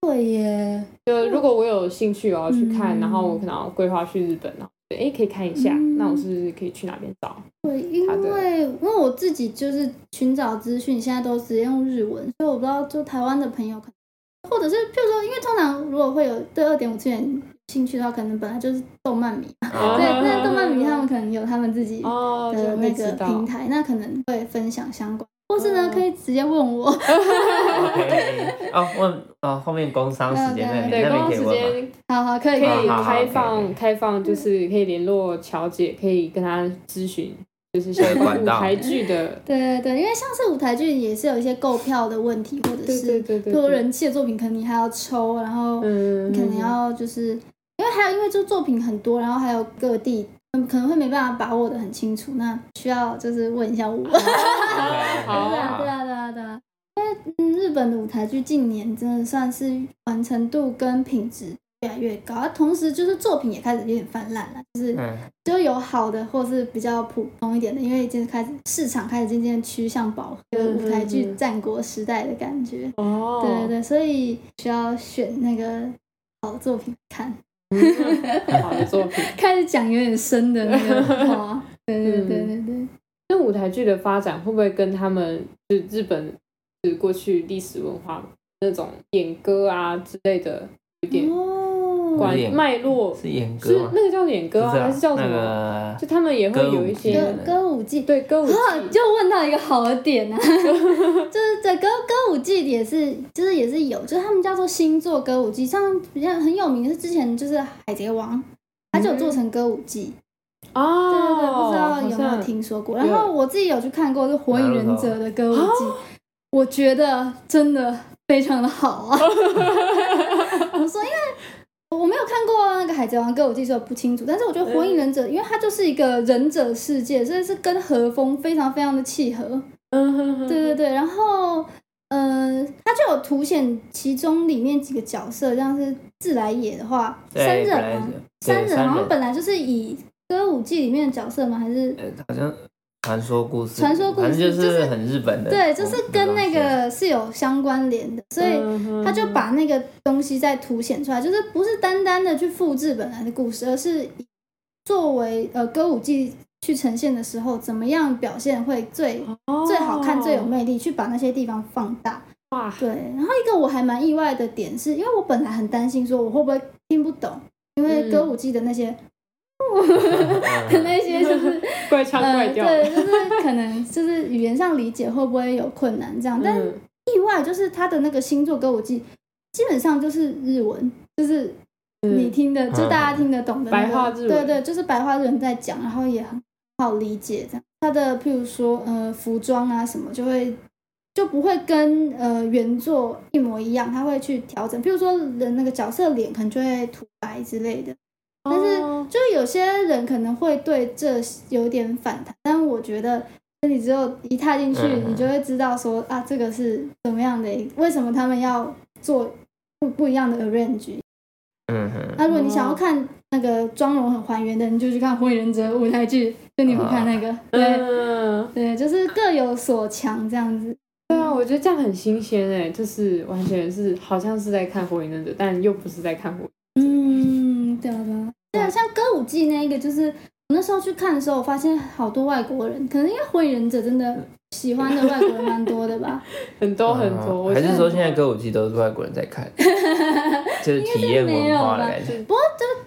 S3: 对耶，
S1: 就如果我有兴趣，我要去看，
S3: 嗯
S1: 然后我可能要规划去日本，然后哎、诶可以看一下，
S3: 嗯
S1: 那我是不是可以去哪边找？
S3: 对，因
S1: 他的
S3: 为因为我自己就是寻找资讯，现在都直接用日文，所以我不知道就台湾的朋友可能，或者是譬如说，因为通常如果会有对二点五次元有兴趣的话，可能本来就是动漫迷，
S2: 哦
S3: 对，那动漫迷他们可能有他们自己
S1: 哦，
S3: 的
S1: 就
S3: 那
S1: 会知
S3: 个
S1: 道。
S3: 平台，那可能会分享相关，或是呢
S1: 嗯
S3: 可以直接问我，
S2: OK，哦，问哦，后面工商时间那
S1: 嗯对，
S2: 边
S1: 公
S2: 那
S1: 共
S2: 边可
S1: 时
S2: 以问吗？
S1: 间
S3: 好好可以
S1: 可
S2: 好
S1: 以
S2: 好好
S1: 开
S2: 可以
S1: 放，开放就是可以联络乔姐，可以跟她咨询，就是
S2: 对
S1: 相关
S2: 管
S1: 舞
S2: 道
S1: 台剧的，
S3: 对对对，因为像是舞台剧也是有一些购票的问题，或者
S1: 对对
S3: 是
S1: 对对
S3: 多
S1: 对，
S3: 人气的作品，可能你还要抽，然后
S1: 嗯，
S3: 你可能要就是因为还有因为就作品很多，然后还有各地嗯可能会没办法把握的很清楚，那需要就是问一下 我。
S1: 好
S3: 对啊，对啊，对啊，对啊。因为嗯，日本的舞台剧近年真的算是完成度跟品质越来越高，啊同时就是作品也开始有点泛滥了，就是
S2: 嗯，
S3: 就有好的或是比较普通一点的，因为已经开始市场开始渐渐趋向饱和，就是舞台
S1: 嗯嗯
S3: 剧
S1: 嗯
S3: 战国时代的感觉。
S1: 哦，
S3: 对对对，所以需要选那个好的作品看。
S1: 嗯好的作品。
S3: 开始讲有点深的那个 话，对对对对对，
S1: 那舞台剧的发展会不会跟他们就日本就是过去历史文化那种演歌啊之类的有点
S3: 哦，
S1: 关
S2: 演
S1: 脉络？
S2: 是演
S1: 是
S2: 歌吗？
S1: 那个叫演歌啊，
S2: 不啊
S1: 还是叫什
S2: 那
S1: 么？
S2: 个
S1: 就他们也会有一些
S2: 歌舞
S3: 歌歌舞伎，
S1: 对歌舞
S3: 啊，
S1: 剧，
S3: 就问到一个好的点 啊，就是对歌歌舞伎也是，就是也是有，就是他们叫做星座歌舞伎，像比较很有名的是之前就是《海贼王》，它就有做成歌舞伎，
S1: 哦，
S3: 对对对，不知道有没
S1: 好
S3: 有
S1: 像
S3: 听说过。
S1: 有啊
S3: 然后我自己有去看过，是《火影忍者》的歌 舞伎，我觉得真的非常的好啊。我哦说，因为我没有看过那个《海贼王》歌舞伎，所以我不清楚。但是我觉得
S2: 嗯
S3: 《火影忍者》，因为它就是一个忍者世界，所以是跟和风非常非常的契合。
S1: 嗯哼哼，
S3: 对对对，然后。呃，它就有凸显其中里面几个角色，像是自来也的话，
S2: 对
S3: 三
S2: 本来
S3: 忍
S2: 是
S3: 嘛，
S2: 对
S3: 三人
S2: 三
S3: 好像
S2: 人
S3: 本来就是以歌舞伎里面的角色吗？还是
S2: 呃好像传说故事，
S3: 传说故事
S2: 反正就
S3: 就是
S2: 是很日本的，
S3: 对，就是跟那
S2: 嗯
S3: 个是有相关联的，所以
S1: 嗯哼
S3: 他就把那个东西再凸显出来，就是不是单单的去复制本来的故事，而是以作为呃歌舞伎去呈现的时候，怎么样表现会最
S1: 哦
S3: 最好看、最有魅力，去把那些地方放大。
S1: 哇，
S3: 对，然后一个我还蛮意外的点是，因为我本来很担心说我会不会听不懂，因为
S1: 嗯
S3: 歌舞伎的那些、
S2: 嗯
S3: 那些就是。
S1: 怪腔怪调，
S3: 呃。对，就是可能就是语言上理解会不会有困难这样，但
S1: 嗯
S3: 意外就是他的那个星座歌舞伎基本上就是日文，就是你
S1: 嗯
S3: 听的、就
S2: 嗯
S3: 大家听得懂的、那个
S1: 白话日文
S3: 对对，就是白话日文在讲，然后也很好理解这样。他的譬如说呃服装啊什么就会。就不会跟呃原作一模一样，他会去调整，譬如说人那个角色脸可能就会涂白之类的，但是
S1: 哦
S3: 就是有些人可能会对这有点反弹，但我觉得你只有一踏进去，
S2: 嗯
S3: 你就会知道说啊，这个是怎么样的一，为什么他们要做不不一样的 arrange。
S2: 嗯哼，
S3: 那如果你想要看那个妆容很还原的，你就去看《火影忍者》舞台剧，就你们看那
S2: 啊
S3: 个，对
S1: 嗯。
S3: 对，就是各有所强这样子。
S1: 对啊，我觉得这样很新鲜哎，就是完全是好像是在看《火影忍者》，但又不是在看《火影
S3: 嗯，对啊对啊，对啊，像歌舞伎那一个就是我那时候去看的时候，我发现好多外国人，可能因为火影忍者真的喜欢的外国人蛮多的吧，
S1: 很多很多，我
S2: 嗯啊还
S1: 觉
S2: 是
S1: 得
S2: 说
S1: 很
S2: 现
S1: 多
S2: 在歌舞伎都是外国人在 看，就是体验 文化的感觉。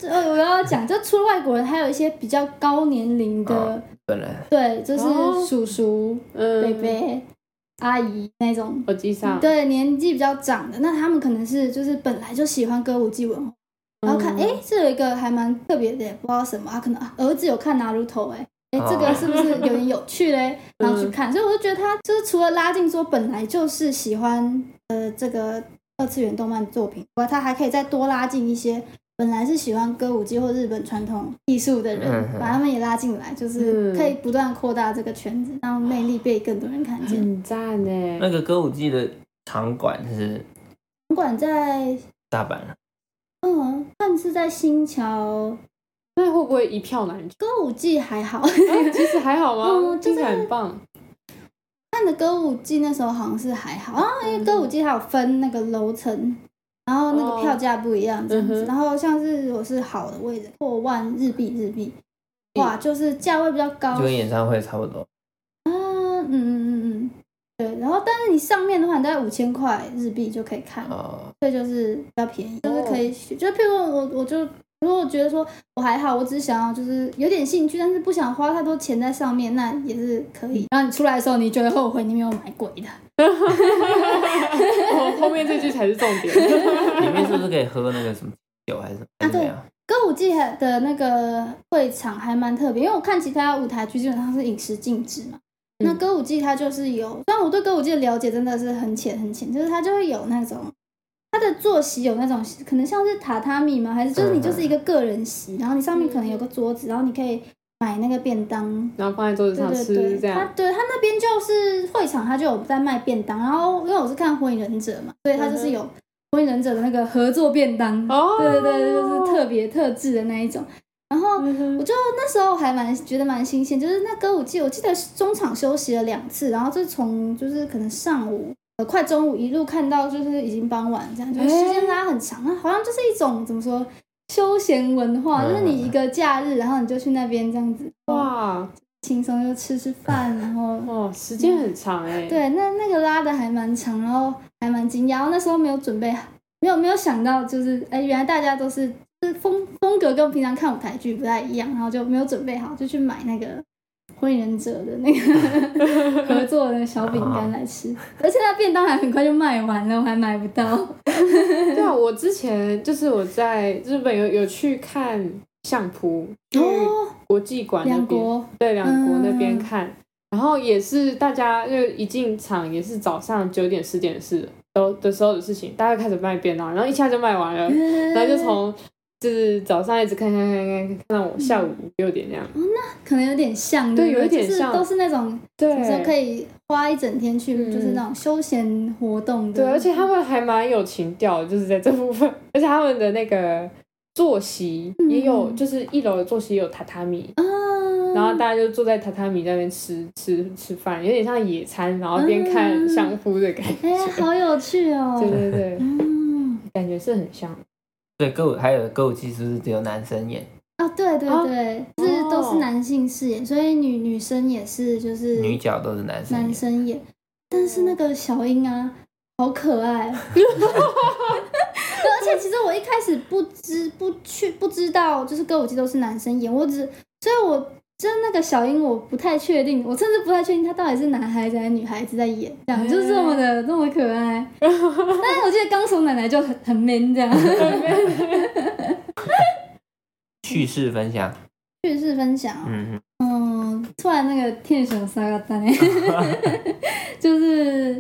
S3: 呃，我要讲，就除了外国人，还有一些比较高年龄的，
S2: 嗯本来
S3: 对，就是
S1: 哦
S3: 叔叔、伯
S1: 嗯，
S2: 哦
S3: 伯、阿姨那种，
S1: 耳机上，
S3: 对，年纪比较长的，那他们可能是就是本来就喜欢歌舞伎文化，然后看，
S1: 嗯
S3: 哎、这有一个还蛮特别的，也不知道什么啊，可能啊儿子有看 Naruto，哎、哎、
S2: 哦
S3: 这个是不是有点有趣嘞？然后去
S1: 嗯
S3: 看，所以我就觉得他就是除了拉近说本来就是喜欢呃这个二次元动漫作品，以外，他还可以再多拉近一些本来是喜欢歌舞伎或日本传统艺术的人，
S2: 嗯哼
S3: 把他们也拉进来，就是
S1: 嗯
S3: 可以不断扩大这个圈子，让魅力被更多人看见。
S1: 很赞欸呢
S2: 那。个歌舞伎的场馆是
S3: 不管在
S2: 大阪啊，
S3: 嗯，看是在新桥
S1: 那会不会一票难求？
S3: 歌舞伎还好，
S1: 啊其实还好吗？
S3: 嗯就
S1: 听
S3: 是
S1: 起来很棒。
S3: 看的歌舞伎那时候好像是还好啊，因为歌舞伎还有分那个楼层，然后那个票价不一样这样
S1: 哦嗯
S3: 子。
S1: 哼
S3: 然后像是我是好的位置，破万日币日币，
S1: 嗯
S3: 哇，就是价位比较高。
S2: 就跟演唱会差不多。
S3: 嗯嗯嗯嗯嗯，对。然后但是你上面的话，你大概五千块日币就可以看，
S2: 哦，
S3: 所以就是比较便宜，
S1: 哦
S3: 就是可以选。就譬如说我我就。如果我觉得说我还好，我只是想要就是有点兴趣，但是不想花太多钱在上面，那也是可
S1: 嗯
S3: 以。然后你出来的时候，你就会后悔你没有买贵的。
S1: 哦，后面这句才是重点。
S2: 哦里面是不是可以喝那个什么酒还是什么？还
S3: 啊
S2: 是没有
S3: 歌舞伎的那个会场还蛮特别，因为我看其他舞台剧基本上是饮食禁止嘛。
S1: 嗯
S3: 那歌舞伎它就是有，虽然我对歌舞伎的了解真的是很浅很浅，就是它就会有那种它的坐席有那种可能像是榻榻米吗？还是就是
S2: 嗯
S3: 你就是一个个人席，然后你上面可能有个桌子，然后你可以买那个便当。
S1: 然后放在桌子
S3: 对
S1: 上
S3: 对
S1: 吃
S3: 对，
S1: 这
S3: 它
S1: 样。
S3: 对它那边就是会场，它就有在卖便当。然后因为我是看《火影忍者》嘛，所以它就是
S1: 嗯
S3: 有《火影忍者》的那个合作便当。
S1: 哦，
S3: 对对对，就是特别特制的那一种。然后
S1: 嗯哼
S3: 我就那时候还蛮觉得蛮新鲜，就是那歌舞伎，我记得是中场休息了两次，然后就从就是可能上午呃快中午一路看到就是已经傍晚这样，就是时间拉很长，那好像就是一种怎么说休闲文化，
S2: 嗯
S3: 就是你一个假日，然后你就去那边这样子，哇，
S1: 哇
S3: 轻松就吃吃饭，然后
S1: 哦，时间很长哎。
S3: 对，那那个拉的还蛮长，然后还蛮惊讶，然后那时候没有准备好，没有没有想到，就是哎，原来大家都是就是风风格跟平常看舞台剧不太一样，然后就没有准备好，就去买那个《火影忍者》的那 个合作的小饼干来吃，而且那便当还很快就卖完了，我还买不到。
S1: 对啊，我之前就是我在日本有有去看相扑，去
S3: 哦，
S1: 国际馆那
S3: 两
S1: 边，
S3: 国
S1: 对两国那边
S3: 嗯
S1: 看。然后也是大家就一进场也是早上九点十点的事都的时候的事情，大家开始卖便当，然后一下就卖完了，
S3: 嗯
S1: 然后就从就是早上一直看看看看看看到我下午五六点那样，
S3: 嗯可能有点像，
S1: 对
S3: 不
S1: 有一点
S3: 就是
S1: 像
S3: 都是那种
S1: 对，
S3: 有时候可以花一整天去，
S1: 嗯
S3: 就是那种休闲活动的。
S1: 对，而且他们还蛮有情调的，就是在这部分， 而且他们的那个坐席也有，
S3: 嗯
S1: 就是一楼的坐席也有榻榻米，
S3: 嗯，
S1: 然后大家就坐在榻榻米那边吃吃吃饭，有点像野餐，然后边看
S3: 嗯
S1: 相扑的感觉。
S3: 哎、好有趣哦！
S1: 对对对，
S3: 嗯，
S1: 感觉是很像。
S2: 对，歌舞还有歌舞伎是不是只有男生演，
S3: 哦，对对
S1: 啊
S3: 对，是
S1: 哦
S3: 都是男性饰演，所以女女生也是就是
S2: 女角都是男生演？
S3: 男生演，但是那个小樱啊，好可爱哦。对，而且其实我一开始不知不去不知道，就是歌舞伎都是男生演，我只所以我就是那个小樱，我不太确定，我甚至不太确定他到底是男孩子还是女孩子在演，这样就是这么的这么可爱。但是我记得钢索奶奶就很很 man 这样。
S1: 嗯
S2: 趣事分享，
S3: 趣事分享哦、
S2: 嗯，
S3: 嗯，突然那个天选三个单，就是，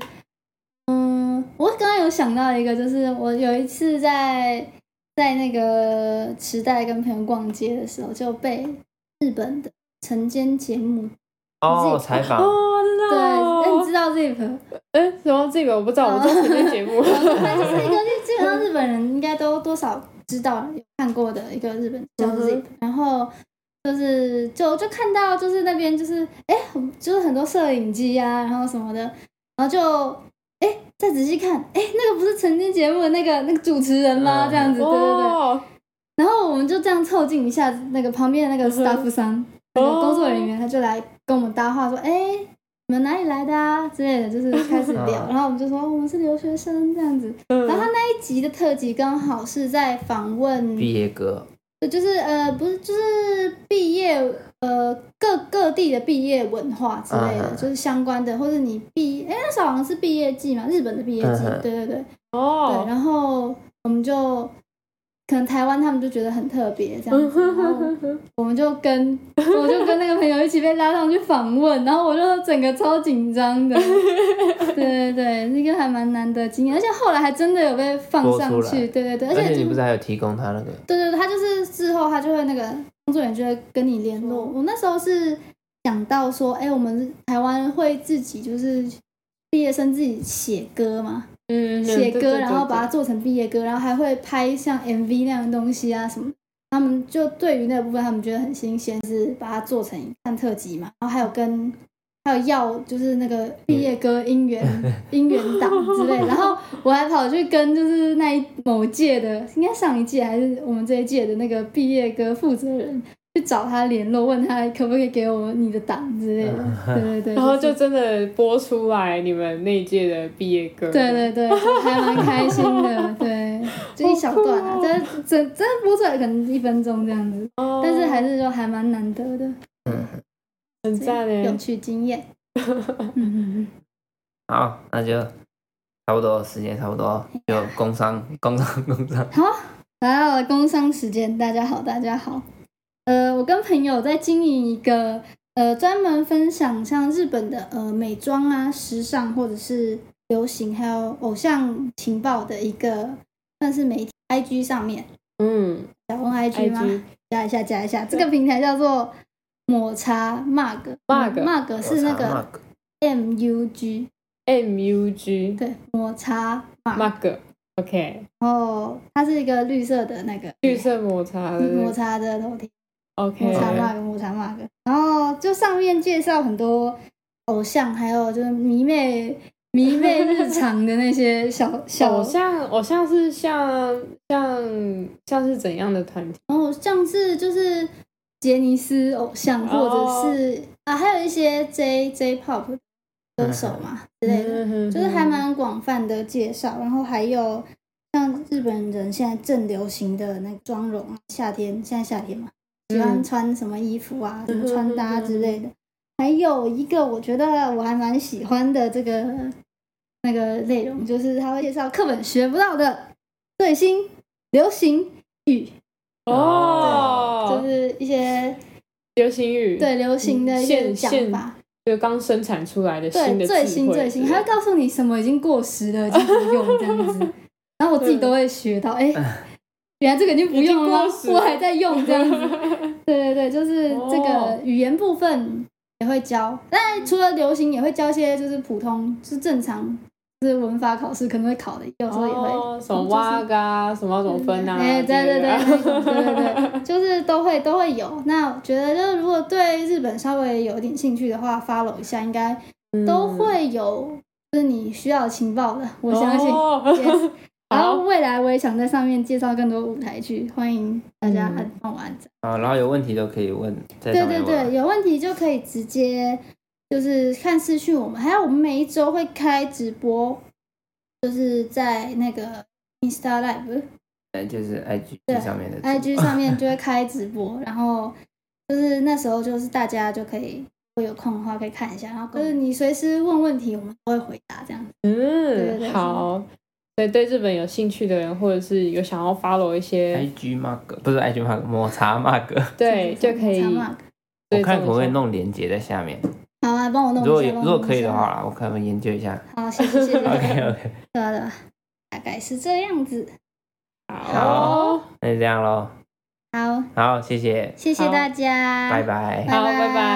S3: 嗯，我刚刚有想到一个，就是我有一次在在那个池袋跟朋友逛街的时候，就被日本的晨间节目，
S2: 哦，
S3: 自己
S2: 采访，
S1: 哦，真
S3: 对，
S1: 的哦
S3: 哎，你知道这个？
S1: 哎，什么这个我不知道，我知道晨间节 目。
S3: 反正 哦就是一个基本上日本人应该都多少知道有看过的一个日本叫
S1: 嗯哼
S3: Zip，、然后就是就就看到就是那边就是哎、很就是很多摄影机啊，然后什么的，然后就哎、再仔细看，哎、那个不是曾经节目的那个那个主持人吗？
S2: 嗯
S3: 这样子，对对对。
S1: 哦，
S3: 然后我们就这样凑近一下，那个旁边的那个
S1: 嗯哼
S3: staff 桑、那个工作人员，他就来跟我们搭话说：“哎、你们哪里来的啊？”之类的，就是开始聊。
S2: 嗯
S3: 然后我们就说哦我们是留学生这样子。
S1: 嗯
S3: 然后他那一集的特辑刚好是在访问
S2: 毕业歌，
S3: 对，就是呃，不是，就是毕业呃各各地的毕业文化之类的，
S2: 嗯
S3: 就是相关的，或者你毕哎那时候好像是毕业季嘛，日本的毕业季，
S2: 嗯嗯
S3: 对对对对。
S1: 哦，
S3: 然后我们就可能台湾他们就觉得很特别这
S1: 嗯
S3: 样 子，
S1: 哼
S3: 然
S1: 哼
S3: 后
S1: 哼哼
S3: 我们就跟 我就跟那个朋友一起被拉上去访问，然后我就整个超 紧张的，对对对，那个还蛮难得的经验，而且后来还真的有被放
S2: 播
S3: 上
S2: 出来
S3: 去，对对对，
S2: 而
S3: 而且
S2: 且
S3: 就
S2: 你
S3: 是
S2: 不是还有提供他那个
S3: 对对，对，他就是事后他就会那个工作人员就会跟你联
S2: 嗯
S3: 络。我那时候是想到说，哎，我们台湾会自己就是毕业生自己写歌嘛，
S1: 嗯，
S3: 写
S1: 对对
S3: 歌，
S1: 对
S3: 然后
S1: 对
S3: 把它做成毕业歌，然后还会拍像 MV 那样的东西啊什么的。他们就对于那部分，他们觉得很新鲜，是把它做成一看特辑嘛，然后还有跟还有要就是那个毕业歌音 源音源档之类的，然后我还跑去跟就是那一某届的，应该上一届还是我们这一届的那个毕业歌负责人去找他联络，问他可不可以给我你的档之 类的，对对对，
S1: 然后就是真的播出来你们那一届的毕业歌，
S3: 对对对，就还蛮开心 的，对，就一小段啊，
S1: 好酷
S3: 但是真真播出来可能一分钟这样子，
S1: 哦，
S3: 但是还是说还蛮难得的，
S2: 嗯
S1: 很赞欸
S3: 有
S1: 诶。
S3: 趣 经验。嗯嗯
S2: 好，那就差不多，时间差不多，
S3: 哎
S2: 就工商工商工商
S3: 嗯，，好，来到了工商时间，大家好，大家好。呃，我跟朋友在经营一个呃专门分享像日本的呃美妆啊、时尚或者是流行，还有偶像情报的一个算是媒体 IG 上面，
S1: 嗯
S3: 小红 IG 吗
S1: IG
S3: 加一下，加一下，这个平台叫做抹茶 mug
S1: Mug
S3: mug 是那
S2: 我查
S3: 个
S2: Mark
S3: M U G
S1: ，M U G
S3: 对抹茶 mug，
S1: Mug OK，
S3: 然后它是一个绿色的那个嗯
S1: 绿色抹茶的嗯
S3: 抹茶的头贴，
S1: OK，
S3: 抹茶
S2: 嘛
S3: mug 抹茶 mug，然后就上面介绍很多偶像，还有就是迷妹迷 妹日常的那些小小
S1: 偶像偶像是像像像是怎样的团体？
S3: 然后像是就是杰尼斯偶像，或者
S1: 哦
S3: 是、啊，还有一些 J J Pop 歌手
S1: 嗯
S3: 嘛、之类的，就是还蛮广泛的介绍。然后还有像日本人现在正流行的那个妆容啊，夏天现在夏天嘛，喜欢
S1: 嗯
S3: 穿什么衣服啊，怎
S1: 嗯
S3: 么
S1: 哼
S3: 穿搭之类的。还有一个我觉得我还蛮喜欢的这个那个内容，就是他会介绍课本学不到的最新流行语。就
S1: 哦，
S3: 是一些
S1: 流行语
S3: 对流行的一些
S1: 嗯现
S3: 讲
S1: 现
S3: 法，
S1: 就刚生产出来的新
S3: 对
S1: 的
S3: 最
S1: 智
S3: 新
S1: 慧
S3: 最新，还要告诉你什么已经过时了，已经不用 这样子。然后我自己都会学到，哎，原来这个已经不用了
S1: 已经
S3: 吗
S1: 过？时了
S3: 我还在用这 样子。对对对，就是这个
S1: 哦嗯
S3: 语言部分也会教，但除了流行也会教一些就是普通就是正常就是文法考试可能会考的，有时候也会
S1: 哦，什么
S3: 就是
S1: 蛙嘎，什么怎么分啊？
S3: 哎、对对
S1: 这
S3: 对，那
S1: 个
S3: 种对对 对，就是都会都会有。那我觉得，就是如果对日本稍微有点兴趣的话，follow 一下，应该
S1: 嗯
S3: 都会有，就是你需要的情报的，我相信。
S1: 哦
S3: Yes 然后
S1: 好，
S3: 未来我也想在上面介绍更多舞台剧，欢迎大家
S1: 嗯
S3: 按帮我按赞。
S2: 啊，然后有问题都可以问，对
S3: 对对对，有问题就可以直接就是看私讯我们，还有我们每一周会开直播，就是在那个 Insta Live。
S2: 对，哎就是 IG
S3: 对
S2: 上面的
S3: IG 上面就会开直播，然后就是那时候就是大家就可以，如果有空的话可以看一下，然后
S1: 嗯
S3: 就是你随时问问题，我们都会回答这样子。对对
S1: 嗯，好。对对，日本有兴趣的人，或者是有想要 follow 一些，
S2: IG Mark 不是 IG Mark 抹茶 Mark，
S1: 对，就可以
S3: 查 mark
S2: 我
S1: 追踪一下。
S2: 看可不可以弄连接在下面，
S3: 好啊，帮我弄一下。
S2: 如果有
S3: 帮
S2: 如
S3: 我弄一下
S2: 果可以的，话，我可能研究一 下。
S3: 好，谢谢谢谢。
S2: OK OK，
S3: 对啊对啊，大概是这样子。
S1: 好，
S2: 那就这样喽。
S3: 好，
S2: 好，谢谢，
S3: 谢谢
S1: 好
S3: 大家，
S2: 拜拜。
S1: 好，
S3: 拜
S1: 拜
S3: 拜